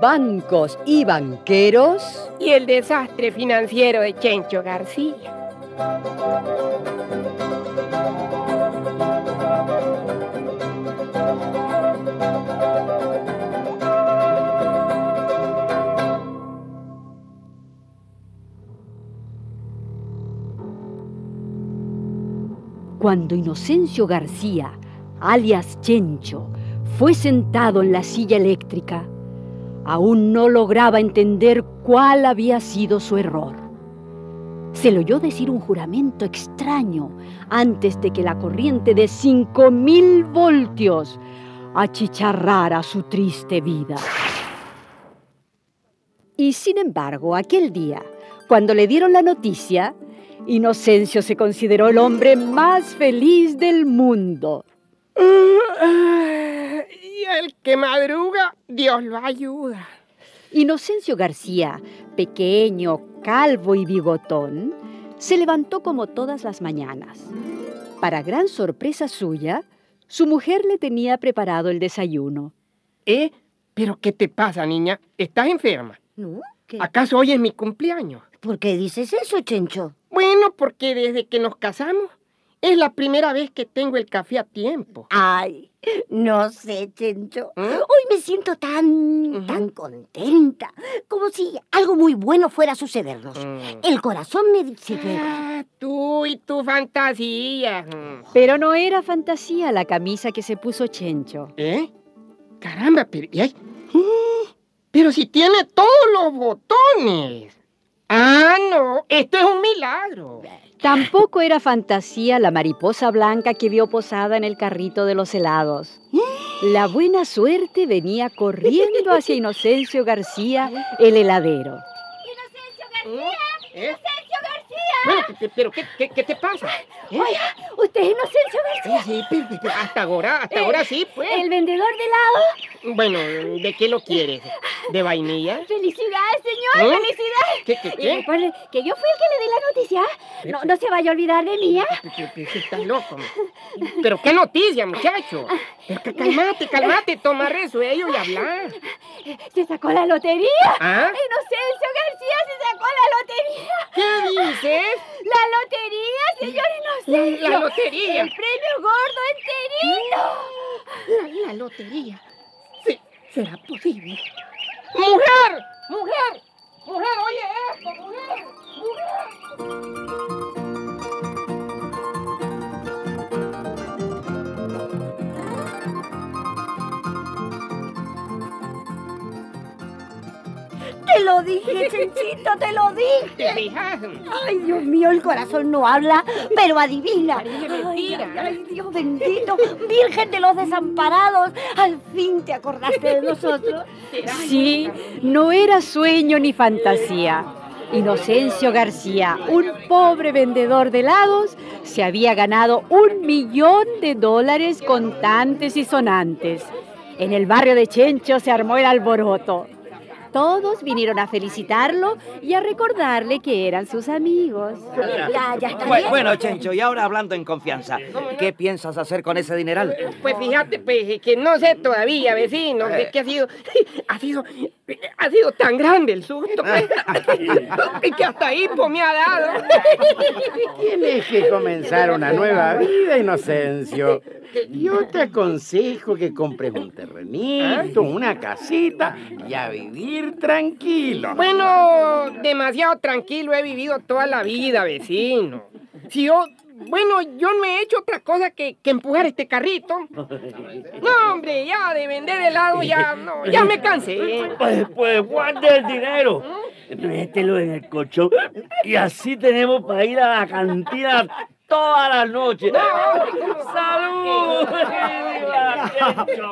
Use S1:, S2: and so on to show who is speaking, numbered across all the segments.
S1: bancos y banqueros.
S2: y el desastre financiero de Chencho García.
S3: Cuando Inocencio García, alias Chencho, fue sentado en la silla eléctrica, aún no lograba entender cuál había sido su error. Se le oyó decir un juramento extraño antes de que la corriente de 5.000 voltios achicharrara su triste vida. Y sin embargo, aquel día, cuando le dieron la noticia, Inocencio se consideró el hombre más feliz del mundo.
S2: Y el que madruga, Dios lo ayuda.
S3: Inocencio García, pequeño, calvo y bigotón, se levantó como todas las mañanas. Para gran sorpresa suya, su mujer le tenía preparado el desayuno.
S2: ¿Eh? ¿Pero qué te pasa, niña? ¿Estás enferma?
S4: ¿No? ¿Qué?
S2: ¿Acaso hoy es mi cumpleaños?
S4: ¿Por qué dices eso, Chencho?
S2: Bueno, porque desde que nos casamos es la primera vez que tengo el café a tiempo.
S4: Ay, no sé, Chencho.
S2: ¿Mm?
S4: Hoy me siento tan,
S2: Ujú.
S4: tan contenta, como si algo muy bueno fuera a sucedernos.
S2: Mm.
S4: El corazón me dice que...
S2: Ah, tú y tu fantasía. Mm.
S3: Pero no era fantasía la camisa que se puso Chencho.
S2: ¿Eh? Caramba, pero... y ay, mm, Pero si tiene todos los botones. Ah, no, esto es un milagro.
S3: Tampoco era fantasía la mariposa blanca que vio posada en el carrito de los helados. La buena suerte venía corriendo hacia Inocencio García, el heladero.
S2: ¿Eh? Bueno, pe- pe- pero ¿qué, qué, qué te pasa? ¿Eh?
S3: ¿Usted es Inocencio
S2: Sí, sí, pe- pe- pe- hasta ahora, hasta ahora sí, pues.
S3: vendedor de helado?
S2: Bueno, ¿de qué lo quieres? ¿De vainilla?
S3: ¡Felicidades, señor!
S2: ¿Eh? ¿Eh?
S3: ¡Felicidades!
S2: ¿Qué, qué,
S3: Y
S2: qué?
S3: recuerde que yo fui el que le di la noticia.
S2: Sí,
S3: No,
S2: sí.
S3: no se vaya a olvidar de
S4: ¿eh?
S3: mí, ¿ah?
S2: Pe- pe- pe- pe- pues, Estás loco. hombre. Pero qué noticia, muchacho. Pero que calmate, calmate, toma resuello y habla.
S3: Se sacó la lotería.
S2: ¿Ah?
S3: Inocencio García se sacó la lotería.
S2: ¿Qué dices?
S3: La lotería, señor Inocencio.
S2: La lotería.
S3: El premio gordo enterito.
S2: La, la lotería. Sí, será posible. ¡Mujer! ¡Mujer! ¡Mujer! ¡Oye esto! ¡Mujer!
S4: Te lo dije, Chenchito, te lo dije.
S2: ¿Te fijas?
S4: Ay, Dios mío, el corazón no habla, pero adivina.
S2: Parece
S4: Ay,
S2: mentira.
S4: ay, ay, Dios bendito, Virgen de los desamparados, al fin te acordaste de nosotros.
S3: Sí, no era sueño ni fantasía. Inocencio García, un pobre vendedor de helados, se había ganado un millón de dólares contantes y sonantes. En el barrio de Chencho se armó el alboroto. Todos vinieron a felicitarlo y a recordarle que eran sus amigos.
S4: Ya, ya está
S5: Bue-
S4: bien.
S5: Bueno, Chencho, y ahora hablando en confianza, ¿qué piensas hacer con ese dineral?
S2: Pues fíjate, pues, que no sé todavía, vecino, que, que ha sido, ha sido, ha sido tan grande el susto, pues, que, que hasta hipo me ha dado.
S6: Tienes que comenzar una nueva vida, Inocencio. Yo te aconsejo que compres un terrenito,
S7: ¿Ah?
S6: una casita y a vivir tranquilo.
S2: Bueno, demasiado tranquilo he vivido toda la vida, vecino. Si yo, bueno, yo no he hecho otra cosa que, que empujar este carrito. No, hombre, ya de vender helado ya, no, ya me cansé.
S7: Pues, pues guarda el dinero. Mételo en el colchón y así tenemos para ir a la cantina todas las noches.
S2: ¡Salud!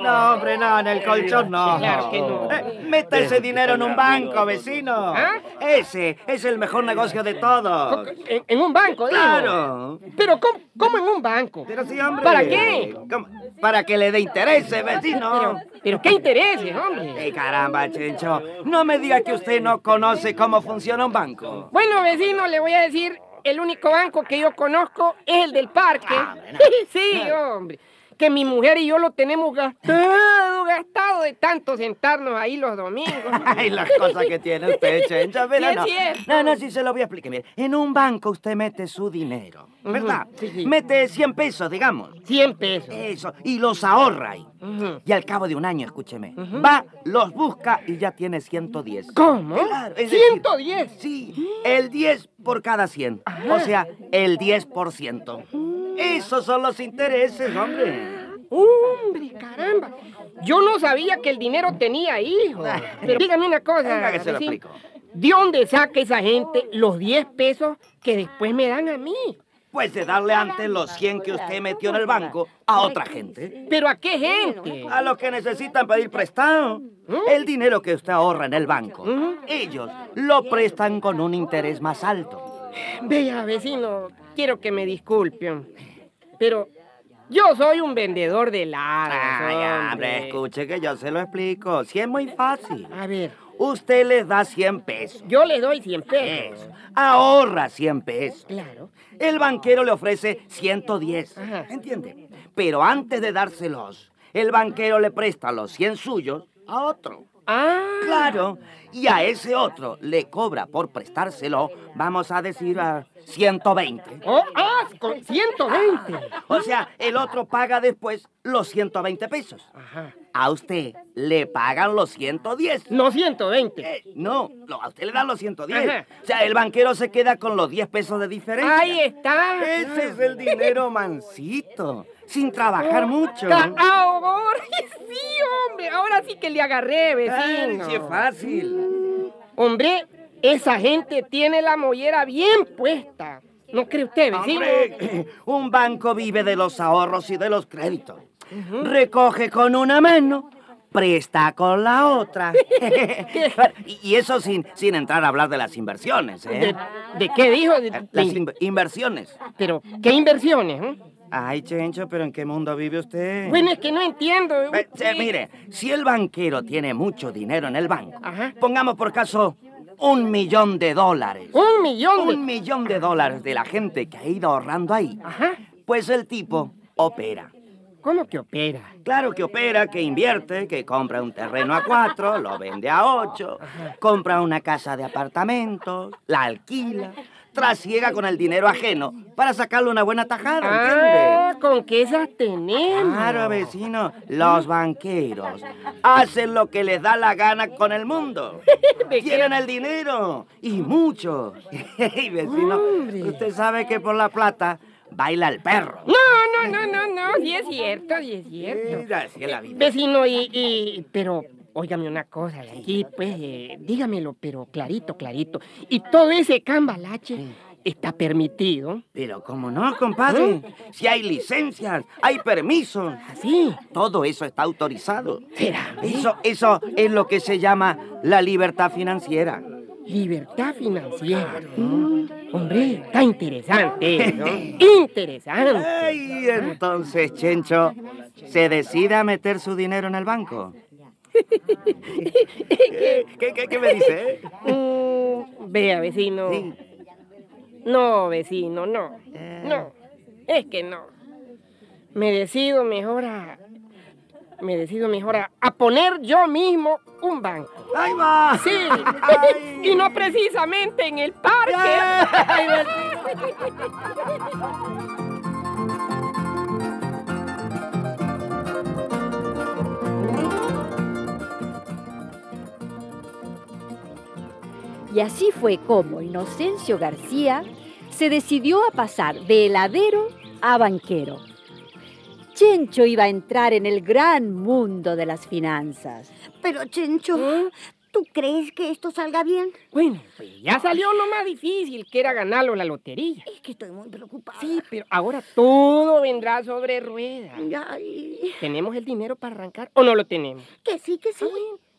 S8: No, hombre, no, en el colchón no.
S2: Claro que no.
S8: Eh, meta ese dinero en un banco, vecino.
S2: ¿Ah?
S8: Ese es el mejor negocio de todos.
S2: En, en un banco, digo.
S8: Claro.
S2: Pero ¿cómo, cómo en un banco?
S8: Pero sí, hombre.
S2: ¿Para qué?
S8: ¿Cómo? Para que le dé interés, eh, vecino.
S2: Pero qué intereses, hombre.
S8: Eh, caramba, Chencho. No me diga que usted no conoce cómo funciona un banco.
S2: Bueno, vecino, le voy a decir, el único banco que yo conozco es el del parque. Sí, hombre. Que mi mujer y yo lo tenemos gastado, gastado de tanto sentarnos ahí los domingos.
S8: Ay, las cosas que tiene usted, Chencho. Mira,
S2: Sí, es
S8: no.
S2: cierto.
S8: no, no, sí se lo voy a explicar. Mire, en un banco usted mete su dinero, ¿verdad?
S2: Ujú, sí, sí.
S8: Mete 100 pesos, digamos.
S2: 100 pesos.
S8: Eso, y los ahorra ahí.
S2: Ujú.
S8: Y al cabo de un año, escúcheme, va, los busca y ya tiene 110.
S2: ¿Cómo?
S8: Claro, es decir,
S2: 110.
S8: sí, el 10 por cada 100. O sea, el 10%. Esos son los intereses, hombre.
S2: Hombre, caramba. Yo no sabía que el dinero tenía hijos. Pero dígame una cosa.
S8: Venga, que se lo
S2: vecino.
S8: explico.
S2: ¿De dónde saca esa gente los 10 pesos que después me dan a mí?
S8: Pues de darle antes los 100 que usted metió en el banco a otra gente.
S2: ¿Pero a qué gente?
S8: A los que necesitan pedir prestado. El dinero que usted ahorra en el banco, ellos lo prestan con un interés más alto.
S2: Vea, vecino, quiero que me disculpen. Pero yo soy un vendedor de helados.
S8: Ay, hombre,
S2: hombre.
S8: escuche que yo se lo explico. Si es muy fácil.
S2: A ver,
S8: Usted les da 100 pesos.
S2: yo le doy 100 pesos.
S8: Eso. Ahorra 100 pesos.
S2: Claro.
S8: El banquero le ofrece 110.
S2: Ajá.
S8: ¿Entiende? Pero antes de dárselos, el banquero le presta los 100 suyos a otro.
S2: Ah,
S8: Claro. Y a ese otro le cobra por prestárselo, vamos a decir, a 120.
S2: oh, ah, con 120.
S8: O sea, el otro paga después los 120 pesos. A usted le pagan los 110.
S2: No 120.
S8: Eh, no, lo- a usted le dan los 110.
S2: Ajá.
S8: O sea, el banquero se queda con los 10 pesos de diferencia.
S2: Ahí está.
S8: Ese es el dinero mansito, sin trabajar mucho.
S2: Ca- Ah, Borges, sí, hombre. Ahora sí que le agarré,
S8: Ay,
S2: vecino.
S8: sí es fácil.
S2: Hombre, esa gente tiene la mollera bien puesta. ¿No cree usted, vecino?
S8: Hombre, un banco vive de los ahorros y de los créditos. Recoge con una mano, presta con la otra. y y eso sin, sin entrar a hablar de las inversiones,
S2: ¿De,
S8: ¿eh?
S2: de qué dijo? De-
S8: Las
S2: de-
S8: in- inversiones.
S2: pero, ¿qué inversiones? eh?
S8: Ay, Chencho, pero ¿en qué mundo vive usted?
S2: Bueno, es que no entiendo.
S8: Eh,
S2: usted-
S8: eh, mire, si el banquero tiene mucho dinero en el banco,
S2: Ajá.
S8: pongamos por caso un millón de dólares.
S2: Un millón de...
S8: Un millón de dólares de la gente que ha ido ahorrando ahí.
S2: Ajá.
S8: Pues el tipo opera.
S2: ¿Cómo que opera?
S8: Claro que opera, que invierte, que compra un terreno a cuatro, lo vende a ocho, compra una casa de apartamentos, la alquila, trasiega con el dinero ajeno para sacarle una buena tajada, ¿entiende?
S2: Ah, ¿con qué esas tenemos?
S8: Claro, vecino, los banqueros hacen lo que les da la gana con el mundo. Tienen el dinero y mucho. Y vecino, usted sabe que por la plata baila el perro.
S2: No, no, no, no, no. Sí es cierto, sí es cierto.
S8: Mira, así es la vida.
S2: Vecino, y, y- pero óigame una cosa, de aquí, pues, eh, dígamelo, pero clarito, clarito. Y todo ese cambalache está permitido.
S8: Pero cómo no, compadre. Si hay licencias, hay permisos,
S2: Así.
S8: todo eso está autorizado.
S2: Será
S8: Eso, eso es lo que se llama la libertad financiera.
S2: libertad financiera. Mm, Hombre, está interesante. eso. interesante.
S8: Ay, entonces, Chencho, ¿se decide a meter su dinero en el banco? ¿Qué, qué- qué me dice? eh?
S2: Mm, vea, vecino.
S8: Sí. Ah.
S2: No, vecino, no. No, es que no. Me decido mejor a... Me decido mejor a, a poner yo mismo un banco.
S8: ¡Ahí va!
S2: Sí.
S8: Ay.
S2: y no precisamente en el parque.
S8: Ay, vecino.
S3: Y así fue como Inocencio García se decidió a pasar de heladero a banquero. Chencho iba a entrar en el gran mundo de las finanzas.
S2: ¿Eh?
S4: Pero, Chencho, ¿Tú crees que esto salga bien?
S2: Bueno, pues ya salió lo más difícil, que era ganarlo la lotería.
S4: Es que estoy muy preocupada.
S2: Sí, pero ahora todo vendrá sobre ruedas.
S4: Ay,
S2: ¿Tenemos el dinero para arrancar o no lo tenemos?
S4: que sí, que sí.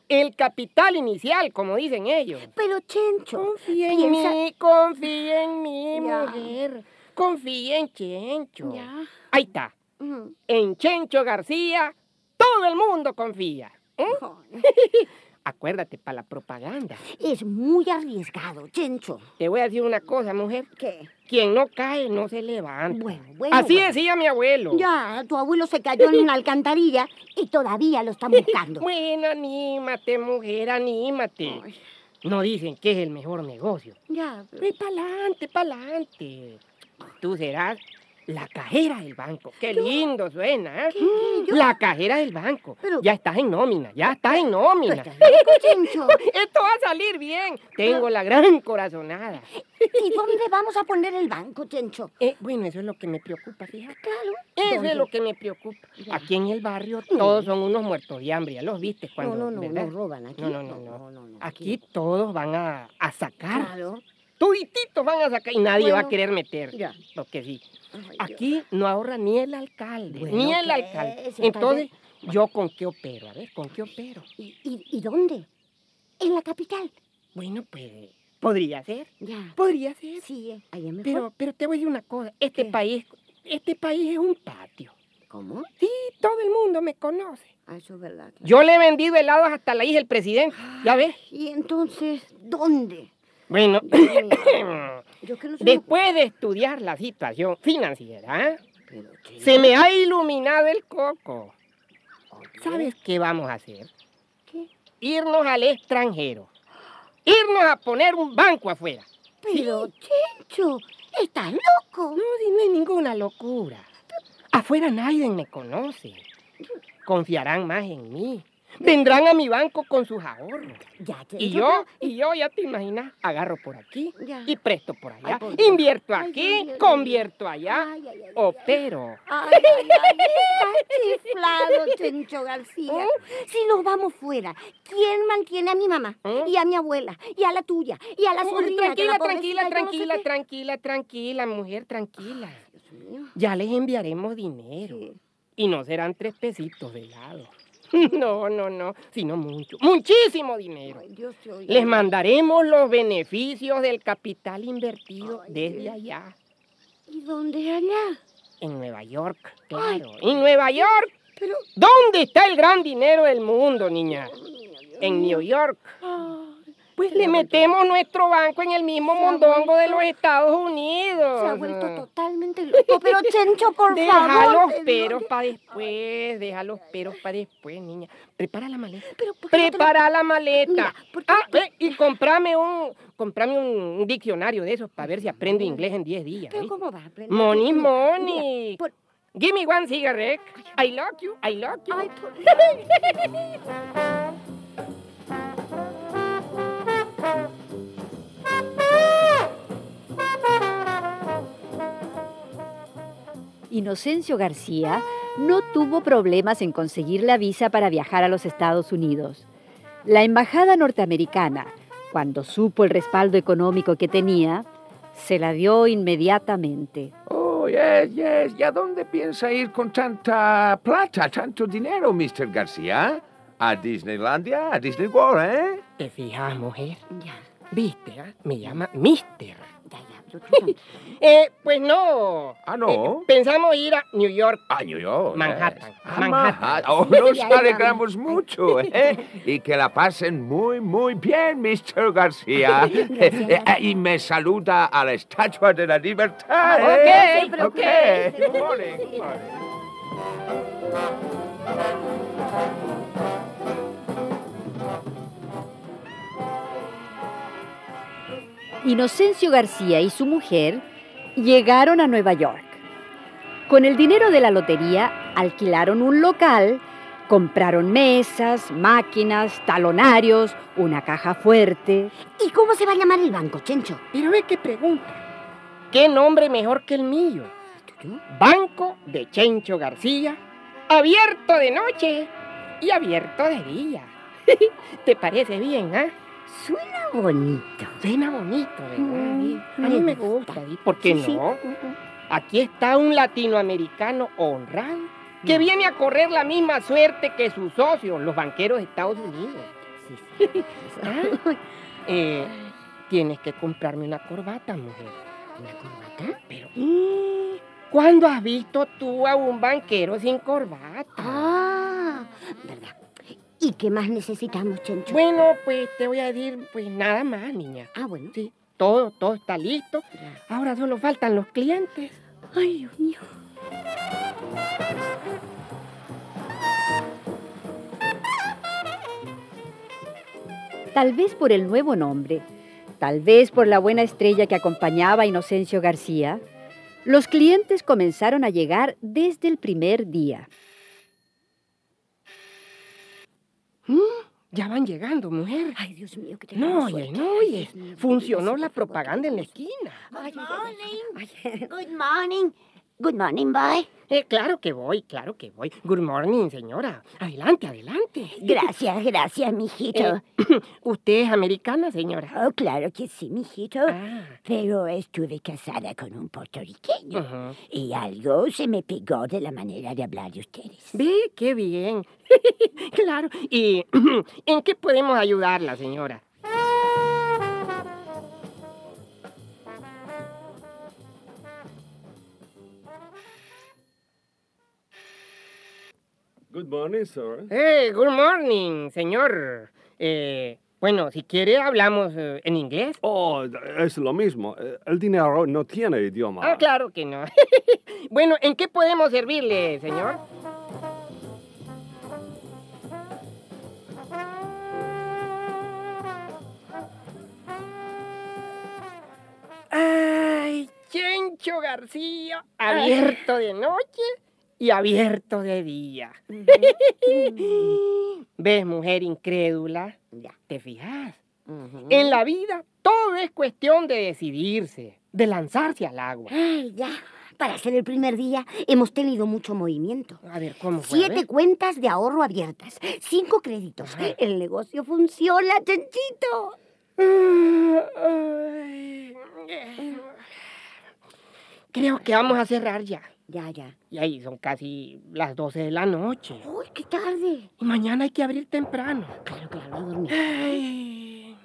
S2: El capital inicial, como dicen ellos.
S4: Pero, Chencho,
S2: Confía en
S4: piensa-
S2: mí, confía en mí,
S4: Ya.
S2: mujer. Confía en Chencho.
S4: Ya.
S2: Ahí está.
S4: Mm.
S2: En Chencho García, todo el mundo confía. ¿eh? Acuérdate, para la propaganda.
S4: es muy arriesgado, Chencho.
S2: Te voy a decir una cosa, mujer.
S4: ¿Qué?
S2: Quien no cae, no se levanta.
S4: Bueno, bueno,
S2: Así
S4: bueno.
S2: decía mi abuelo.
S4: Ya, tu abuelo se cayó en una alcantarilla y todavía lo están buscando.
S2: Bueno, anímate, mujer, anímate. No dicen que es el mejor negocio.
S4: Ya,
S2: Ve pa'lante, pa'lante. Tú serás la cajera del banco. Qué lindo suena, ¿eh?
S4: ¿Qué? ¿Yo?
S2: La cajera del banco.
S4: Pero-
S2: Ya estás en nómina, ya estás en nómina.
S4: estás loco, Chencho.
S2: Esto va a salir bien. Tengo la gran corazonada.
S4: ¿Y dónde vamos a poner el banco, Chencho?
S2: Eh, bueno, eso es lo que me preocupa, fíjate.
S4: Claro.
S2: Eso
S4: ¿Dónde?
S2: es lo que me preocupa.
S4: Ya.
S2: Aquí en el barrio todos son unos muertos de hambre. Ya los viste
S4: No,
S2: cuando.
S4: no, no,
S2: ¿verdad?
S4: no roban aquí.
S2: No, no, no, no.
S4: no,
S2: Aquí todos van a, a sacar.
S4: Claro.
S2: Todititos van a sacar y nadie va a
S4: Bueno.
S2: querer meter.
S4: Ya.
S2: Porque sí.
S4: Ay, Dios.
S2: Aquí no ahorra ni el alcalde,
S4: Bueno,
S2: ni el
S4: ¿qué?
S2: alcalde.
S4: Si tal
S2: Entonces, ¿yo con qué opero? A ver, ¿con qué opero?
S4: ¿Y, y, y dónde? En la capital.
S2: Bueno, pues, podría ser,
S4: Ya.
S2: podría ser.
S4: Sí, eh, ahí es mejor.
S2: Pero, pero te voy a decir una cosa, este
S4: ¿Qué?
S2: país, este país es un patio.
S4: ¿Cómo?
S2: Sí, todo el mundo me conoce.
S4: Ah, eso es verdad. claro.
S2: Yo le he vendido helados hasta la hija del presidente, ¿ya ves?
S4: ¿Y entonces dónde?
S2: Bueno,
S4: Yo que no sé.
S2: después de estudiar la situación financiera, ¿eh?
S4: Pero, Chencho,
S2: se me ha iluminado el coco. ¿Sabes qué vamos a hacer?
S4: ¿Qué?
S2: Irnos al extranjero. Irnos a poner un banco afuera.
S4: Pero, Chencho, estás loco.
S2: No, si no es ninguna locura. Afuera nadie me conoce. Confiarán más en mí. Vendrán a mi banco con sus ahorros.
S4: Ya, Chencho.
S2: Y yo, y yo, ya te imaginas, agarro por aquí
S4: Ya.
S2: y presto por allá.
S4: Ay, por Dios.
S2: Invierto
S4: Ay,
S2: aquí,
S4: Dios, Dios, Dios.
S2: convierto allá, Oh,
S4: Ay, ay, ay, ay,
S2: opero.
S4: ay, ay, ay, estás chiflado, Chencho
S2: Oh.
S4: García. Si nos vamos fuera, ¿quién mantiene a mi mamá?
S2: ¿Eh?
S4: Y a mi abuela, y a la tuya, y a la
S2: Uy,
S4: sobrina. de
S2: Oh, tranquila,
S4: la
S2: tranquila,
S4: pobrecita, yo no sé
S2: tranquila,
S4: qué?
S2: tranquila, tranquila, mujer, tranquila.
S4: Dios mío.
S2: Ya les enviaremos dinero.
S4: Sí.
S2: Y no serán tres pesitos de helado. No, no, no, sino mucho, muchísimo dinero.
S4: Ay, Dios te oiga.
S2: Les mandaremos los beneficios del capital invertido
S4: Ay,
S2: desde
S4: Dios.
S2: allá,
S4: ¿Y dónde allá?
S2: en Nueva York,
S4: Ay.
S2: claro. ¿En Nueva York?
S4: Pero-
S2: ¿Dónde está el gran dinero del mundo, niña? En New York. Pues le metemos nuestro banco en el mismo
S4: Se ha
S2: mondongo de
S4: vuelto-
S2: los Estados
S4: Se
S2: Unidos.
S4: ha vuelto totalmente loco. Pero, Chencho, por
S2: Deja
S4: favor.
S2: los
S4: te digo
S2: peros
S4: que-
S2: para después, deja los peros para después, niña. Prepara la maleta.
S4: Pero, ¿por qué no te lo-
S2: Prepara la maleta.
S4: Mira, ¿por qué
S2: Ah, eh, y comprame un, comprame un diccionario de esos para ver si aprendo inglés en 10 días.
S4: Pero,
S2: ¿eh?
S4: ¿cómo va a aprender?
S2: Money,
S4: Mira, mira,
S2: money.
S4: por-
S2: Give me one cigarette. I love you, I love you.
S4: Ay, por-
S3: Inocencio García no tuvo problemas en conseguir la visa para viajar a los Estados Unidos. La embajada norteamericana, cuando supo el respaldo económico que tenía, se la dio inmediatamente.
S9: Oh, yes, yes. ¿Y a dónde piensa ir con tanta plata, tanto dinero, Mr. García? ¿A Disneylandia? ¿A Disney World, eh?
S2: ¿Te fijas, mujer?
S4: Ya,
S2: ¿Viste? ah? Me llama Mister.
S4: ya, ya. Yo también.
S2: Eh, pues no.
S9: Ah, no.
S2: Eh, pensamos ir a New York.
S9: Ah, New York.
S2: Manhattan,
S9: yes. Ah,
S2: Manhattan.
S9: Manhattan. Oh, nos
S4: ahí vamos.
S9: alegramos mucho, ¿eh? Y que la pasen muy, muy bien, Mr. García. Eh, eh, y me saluda a la Estatua de la Libertad, ¿eh?
S4: ok,
S9: Ok,
S4: ok.
S9: Good morning, good morning.
S3: Inocencio García y su mujer llegaron a Nueva York. Con el dinero de la lotería alquilaron un local, compraron mesas, máquinas, talonarios, una caja fuerte.
S4: ¿Y cómo se va a llamar el banco, Chencho?
S2: Pero ve qué pregunta. ¿Qué nombre mejor que el mío? Banco de Chencho García, abierto de noche y abierto de día. ¿Te parece bien, ah?
S4: Suena bonito.
S2: Suena bonito, ¿verdad?
S4: Mm,
S2: A mí
S4: me
S2: me gusta,
S4: gusta.
S2: ¿y ¿por qué
S4: Sí, sí.
S2: no? Aquí está un latinoamericano honrado que viene a correr la misma suerte que sus socios, los banqueros de Estados Unidos. ¿Ah? Eh, tienes que comprarme una corbata, mujer.
S4: ¿Una corbata?
S2: Pero, mm, ¿cuándo has visto tú a un banquero sin corbata?
S4: Ah, verdad. ¿Y qué más necesitamos, Chencho?
S2: Bueno, pues te voy a decir, pues nada más, niña.
S4: Ah, bueno.
S2: Sí, todo, todo está listo. Ahora solo faltan los clientes.
S4: Ay, Dios mío.
S3: Tal vez por el nuevo nombre, tal vez por la buena estrella que acompañaba a Inocencio García, los clientes comenzaron a llegar desde el primer día.
S2: Ya van llegando, mujer.
S4: Ay, Dios mío, que te
S2: No oyes, no oyes. Funcionó la propaganda en la esquina.
S4: Good morning. Good morning. Good morning, boy.
S2: Eh, claro que voy, claro que voy. Good morning, señora. Adelante, adelante.
S4: Gracias, gracias, mijito.
S2: Eh, ¿Usted es americana, señora?
S4: Oh, claro que sí, mijito.
S2: Ah,
S4: Pero estuve casada con un puertorriqueño.
S2: ujú.
S4: Y algo se me pegó de la manera de hablar de ustedes.
S2: Ve, qué bien. claro. ¿Y en qué podemos ayudarla, señora?
S7: Good morning, sir.
S2: Eh, good morning, señor. Eh, bueno, si quiere hablamos eh, en inglés.
S7: Oh, es lo mismo. Eh, El dinero no tiene idioma.
S2: Ah, claro que no. bueno, ¿en qué podemos servirle, señor? Ay, Chencho García, abierto de noche y abierto de día. ¿Ves, mujer incrédula?
S4: Ya.
S2: ¿Te fijas? En la vida todo es cuestión de decidirse, de lanzarse al agua.
S4: Ay, ya. Para ser el primer día hemos tenido mucho movimiento.
S2: A ver, ¿cómo fue? A
S4: Siete
S2: ver.
S4: cuentas de ahorro abiertas, cinco créditos.
S2: Ajá.
S4: El negocio funciona, chanchito.
S2: Ay, Creo que vamos a cerrar ya.
S4: Ya, ya.
S2: Y ahí son casi las 12 de la noche.
S4: Uy, qué tarde.
S2: Y mañana hay que abrir temprano.
S4: Claro, claro, a dormir.
S2: Ay.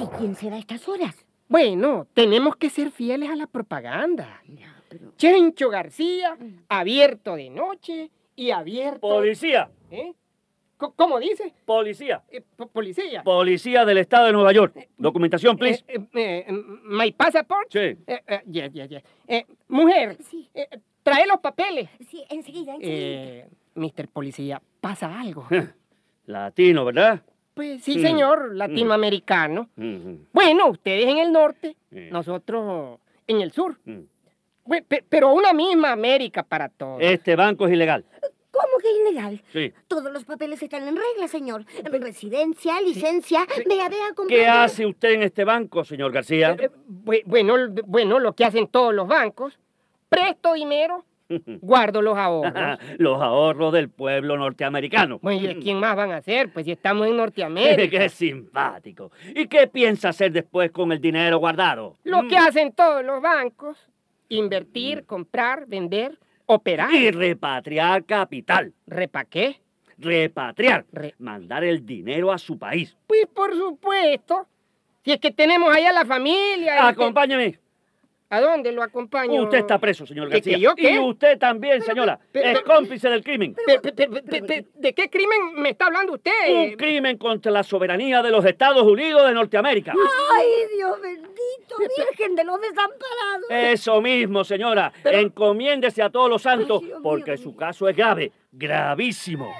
S4: ¿Y quién será a estas horas?
S2: Bueno, tenemos que ser fieles a la propaganda.
S4: No, pero...
S2: Chencho García, abierto de noche y abierto...
S7: Policía,
S2: ¿Eh? Co- ¿Cómo dice?
S7: policía,
S2: Eh, po- policía.
S7: policía del estado de Nueva York. Documentación, please.
S2: Eh, eh, eh, my passport.
S7: Sí.
S2: Eh, eh, yes, yes, yes. Eh, mujer,
S4: Sí,
S2: eh, eh, trae los papeles.
S4: sí, enseguida, enseguida.
S2: Eh, Mister Policía, ¿pasa algo?
S7: Latino, ¿verdad?
S2: Pues sí,
S7: Mm.
S2: señor, latinoamericano.
S7: Ujú.
S2: Bueno, ustedes en el norte,
S7: Sí.
S2: nosotros en el sur.
S7: Mm.
S2: Bue- pe- Pero una misma América para todos.
S7: Este banco es ilegal.
S4: ¿Cómo que ilegal?
S7: Sí.
S4: Todos los papeles están en regla, señor. Residencia, licencia, vea, vea,
S7: ¿Qué
S4: comprenda.
S7: hace usted en este banco, señor García?
S2: Eh, bu- Bueno, l- bueno, lo que hacen todos los bancos, presto dinero, guardo los ahorros.
S7: Los ahorros del pueblo norteamericano.
S2: Bueno, ¿y de eh, quién más van a hacer? Pues si estamos en Norteamérica.
S7: Qué simpático. ¿Y qué piensa hacer después con el dinero guardado? Mm.
S2: Lo que hacen todos los bancos, invertir, comprar, vender, operar.
S7: Y repatriar capital.
S2: ¿Repaqué?
S7: Repatriar.
S2: Re-
S7: Mandar el dinero a su país.
S2: Pues por supuesto. Si es que tenemos allá la familia. el-
S7: Acompáñame.
S2: ¿A dónde lo acompaño?
S7: Usted está preso, señor
S2: ¿Que- que
S7: García.
S2: yo qué?
S7: Y usted también, señora.
S2: pero-
S7: Es cómplice del crimen.
S2: Pe- pe- pe- pe- pe- ¿De qué crimen me está hablando
S7: Un
S2: usted?
S7: crimen contra la soberanía de los Estados Unidos de Norteamérica.
S2: ¡Ah!
S4: Ay, Dios bendito, virgen de los desamparados.
S7: Eso mismo, señora. Encomiéndese a todos los santos
S4: Ay, Dios mío,
S7: porque
S4: Dios
S7: su
S4: mío.
S7: caso es grave, gravísimo.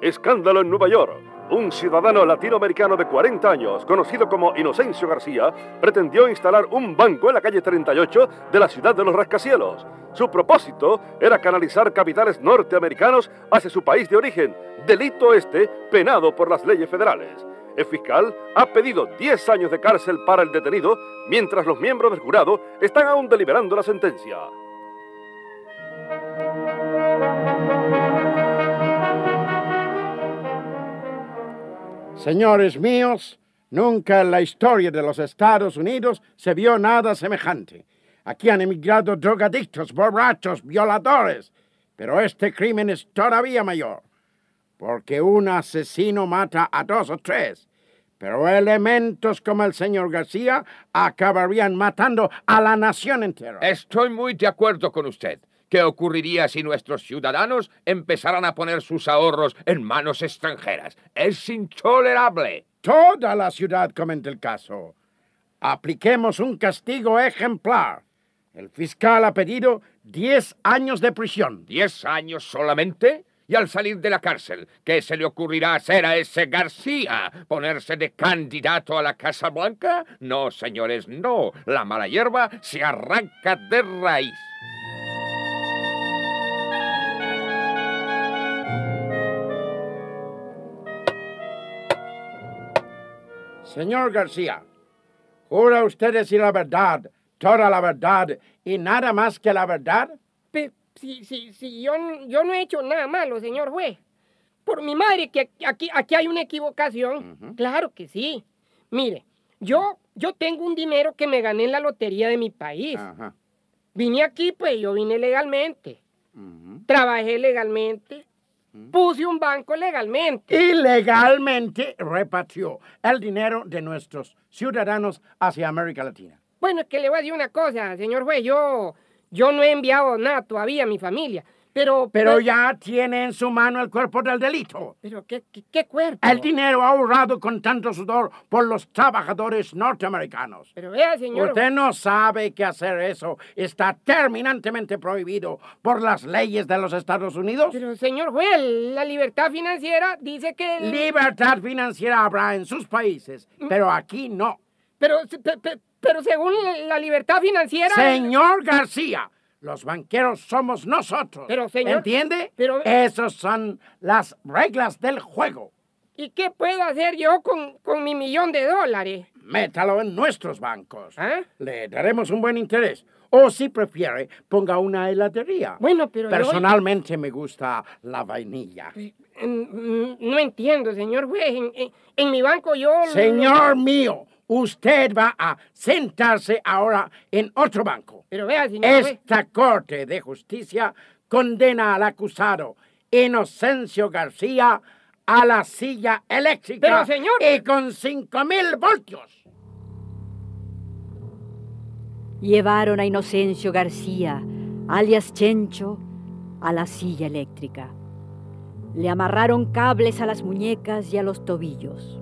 S10: Escándalo en Nueva York. Un ciudadano latinoamericano de 40 años, conocido como Inocencio García, pretendió instalar un banco en la calle 38 de la ciudad de los rascacielos. Su propósito era canalizar capitales norteamericanos hacia su país de origen, delito este penado por las leyes federales. El fiscal ha pedido 10 años de cárcel para el detenido, mientras los miembros del jurado están aún deliberando la sentencia.
S6: Señores míos, nunca en la historia de los Estados Unidos se vio nada semejante. Aquí han emigrado drogadictos, borrachos, violadores. Pero este crimen es todavía mayor, porque un asesino mata a dos o tres. Pero elementos como el señor García acabarían matando a la nación entera.
S9: Estoy muy de acuerdo con usted. ¿Qué ocurriría si nuestros ciudadanos empezaran a poner sus ahorros en manos extranjeras? Es intolerable.
S6: Toda la ciudad comenta el caso. Apliquemos un castigo ejemplar. El fiscal ha pedido 10 años de prisión.
S9: ¿Diez años solamente? Y al salir de la cárcel, ¿qué se le ocurrirá hacer a ese García? ¿Ponerse de candidato a la Casa Blanca? No, señores, no. La mala hierba se arranca de raíz.
S6: Señor García, ¿jura usted decir la verdad, toda la verdad y nada más que la verdad?
S2: Pe- si, si, si yo, n- yo no he hecho nada malo, señor juez. Por mi madre, que aquí, aquí hay una equivocación. Claro que sí. Mire, yo, yo tengo un dinero que me gané en la lotería de mi país. Vine aquí, pues yo vine legalmente. Trabajé legalmente. Puse un banco legalmente.
S6: Ilegalmente repatrió el dinero de nuestros ciudadanos hacia América Latina.
S2: Bueno, es que le voy a decir una cosa, señor juez. Yo, yo no he enviado nada todavía a mi familia. Pero.
S6: Pero ya tiene en su mano el cuerpo del delito.
S2: ¿Pero qué, qué, qué cuerpo?
S6: El dinero ahorrado con tanto sudor por los trabajadores norteamericanos.
S2: Pero vea, señor.
S6: Usted no sabe que hacer eso está terminantemente prohibido por las leyes de los Estados Unidos.
S2: Pero, señor juez, la libertad financiera dice que.
S6: Libertad financiera habrá en sus países, pero aquí no.
S2: Pero, se- pe- pe- pero según la libertad financiera.
S6: Señor García, los banqueros somos nosotros.
S2: Pero, señor-
S6: ¿Entiende?
S2: pero-
S6: Esas son las reglas del juego.
S2: ¿Y qué puedo hacer yo con, con mi millón de dólares?
S6: Métalo en nuestros bancos.
S2: ¿Ah?
S6: Le daremos un buen interés. O si prefiere, ponga una heladería.
S2: Bueno, pero. yo-
S6: Personalmente me gusta la vainilla.
S2: Mm, mm, No entiendo, señor juez. En, en- en mi banco yo. lo-
S6: Señor mío, usted va a sentarse ahora en otro banco.
S2: Pero vea, señor juez.
S6: Esta Corte de Justicia condena al acusado Inocencio García a la silla eléctrica.
S2: Pero, señor-
S6: Y con 5.000 voltios.
S3: Llevaron a Inocencio García, alias Chencho, a la silla eléctrica. Le amarraron cables a las muñecas y a los tobillos.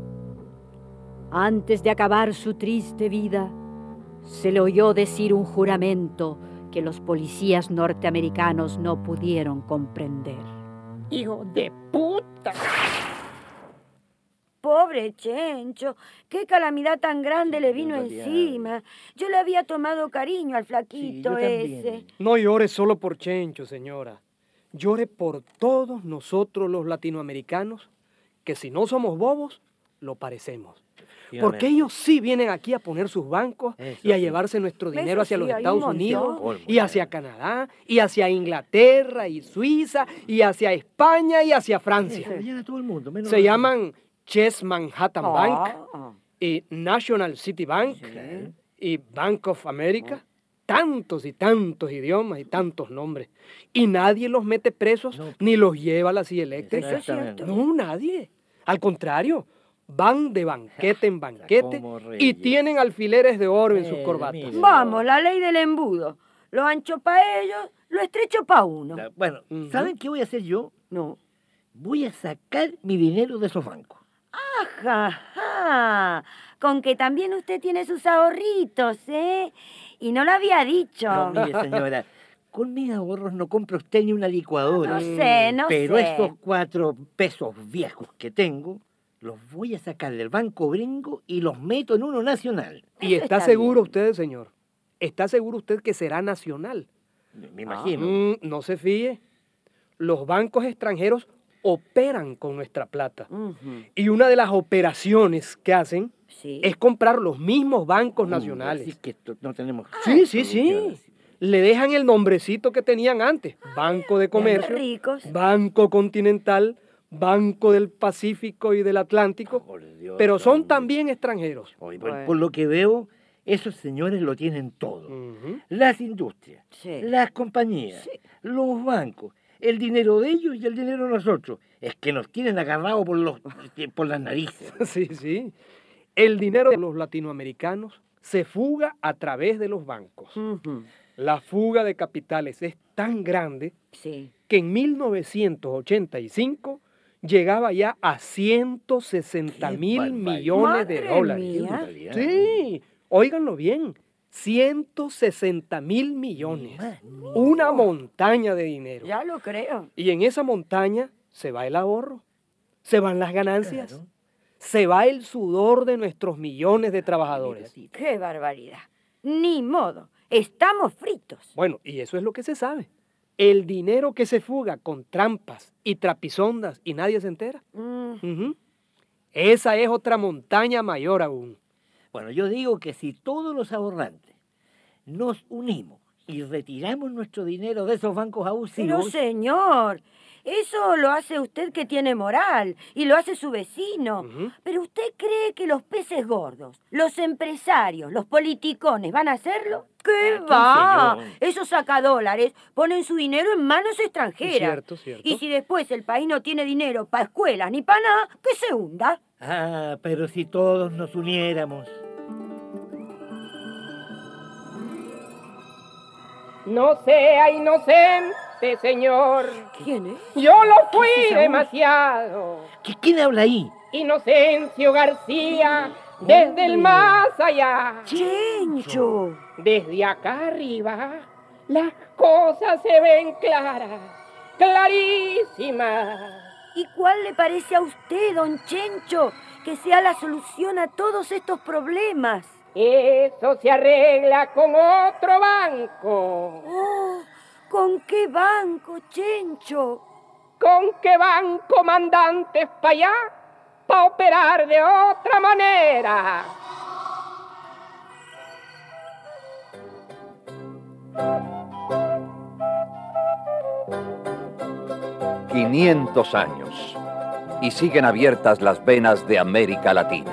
S3: Antes de acabar su triste vida, se le oyó decir un juramento que los policías norteamericanos no pudieron comprender.
S2: Hijo de puta.
S11: Pobre Chencho, qué calamidad tan grande le vino encima. Yo le había tomado cariño al flaquito ese.
S12: No llore solo por Chencho, señora. Llore por todos nosotros los latinoamericanos, que si no somos bobos, lo parecemos. Porque ellos sí vienen aquí a poner sus bancos y a
S5: sí.
S12: llevarse nuestro
S5: Eso
S12: dinero hacia
S5: sí,
S12: los
S5: hay un
S12: Estados
S5: montón.
S12: Unidos
S5: Colmo,
S12: y hacia Canadá y hacia Inglaterra y Suiza y hacia España y hacia Francia.
S5: todo el mundo. menos
S12: Se
S5: nosotros.
S12: llaman Chess Manhattan
S5: Ah,
S12: Bank
S5: ah.
S12: y National City Bank y Bank of America. Tantos y tantos idiomas y tantos nombres. Y nadie los mete presos ni los lleva a la silla eléctrica.
S5: Eso es cierto.
S12: No, nadie. Al contrario, van de banquete en banquete
S5: Ah, Como
S12: y
S5: reyes.
S12: tienen alfileres de oro en
S5: Eh,
S12: sus corbatas.
S11: Vamos, la ley del embudo. Lo ancho para ellos, lo estrecho para uno.
S5: Bueno, ¿saben qué voy a hacer yo? No. Voy a sacar mi dinero de esos bancos.
S11: Ajá, con que también usted tiene sus ahorritos, ¿eh? Y no lo había dicho.
S5: No, mire, señora, con mis ahorros no compro usted ni una licuadora.
S11: No sé, no
S5: Pero
S11: sé.
S5: esos cuatro pesos viejos que tengo, los voy a sacar del banco gringo y los meto en uno nacional.
S12: ¿Y está seguro usted, señor? ¿Está seguro usted que será nacional?
S11: Ah.
S5: Me imagino.
S12: Mm, no se fíe. Los bancos extranjeros operan con nuestra plata. Y una de las operaciones que hacen es comprar los mismos
S8: Mm,
S12: bancos nacionales.
S7: Así que esto no tenemos.
S12: Sí, sí, sí. Le dejan el nombrecito que tenían antes. Banco de Comercio,
S4: ricos.
S12: Banco Continental, Banco del Pacífico y del Atlántico,
S7: Dios,
S12: pero son también extranjeros.
S7: Oye, por, por lo que veo, esos señores lo tienen todo. Las industrias, las compañías, los bancos, el dinero de ellos y el dinero de nosotros. Es que nos tienen agarrados por, los, por las narices.
S12: Sí, sí. El dinero de los latinoamericanos se fuga a través de los bancos. La fuga de capitales es tan grande que en 1985 llegaba ya a 160 mil millones de
S4: Madre
S12: dólares.
S4: mía.
S12: Sí, óiganlo bien, 160 mil millones. Una montaña de dinero.
S4: Ya lo creo.
S12: Y en esa montaña se va el ahorro, se van las ganancias, se va el sudor de nuestros millones de trabajadores.
S4: Qué barbaridad. Ni modo. Estamos fritos.
S12: Bueno, y eso es lo que se sabe. El dinero que se fuga con trampas y trapisondas y nadie se entera. Ujú. Esa es otra montaña mayor aún.
S7: Bueno, yo digo que si todos los ahorrantes nos unimos y retiramos nuestro dinero de esos bancos
S4: Pero
S7: abusivos,
S4: señor, eso lo hace usted que tiene moral y lo hace su vecino. Pero usted cree que los peces gordos, los empresarios, los politicones van a hacerlo? ¡Qué va!
S5: señor.
S4: Esos sacadólares ponen su dinero en manos extranjeras.
S7: Cierto, cierto.
S4: Y si después el país no tiene dinero para escuelas ni para nada, que se hunda.
S7: Ah, pero si todos nos uniéramos.
S2: No sé, ay, no sé, este señor.
S4: ¿Quién es?
S2: Yo lo fui
S4: ¿Qué es esa voz?
S2: demasiado.
S7: ¿Quién habla ahí?
S2: Inocencio García, desde el más allá.
S4: ¡Chencho!
S2: Desde acá arriba, las cosas se ven claras, clarísimas.
S4: ¿Y cuál le parece a usted, don Chencho, que sea la solución a todos estos problemas?
S2: Eso se arregla con otro banco.
S4: ¿Con qué banco, Chencho?
S2: ¿Con qué banco mandantes para allá? Para operar de otra manera.
S13: ...500 años... ...y siguen abiertas las venas de América Latina.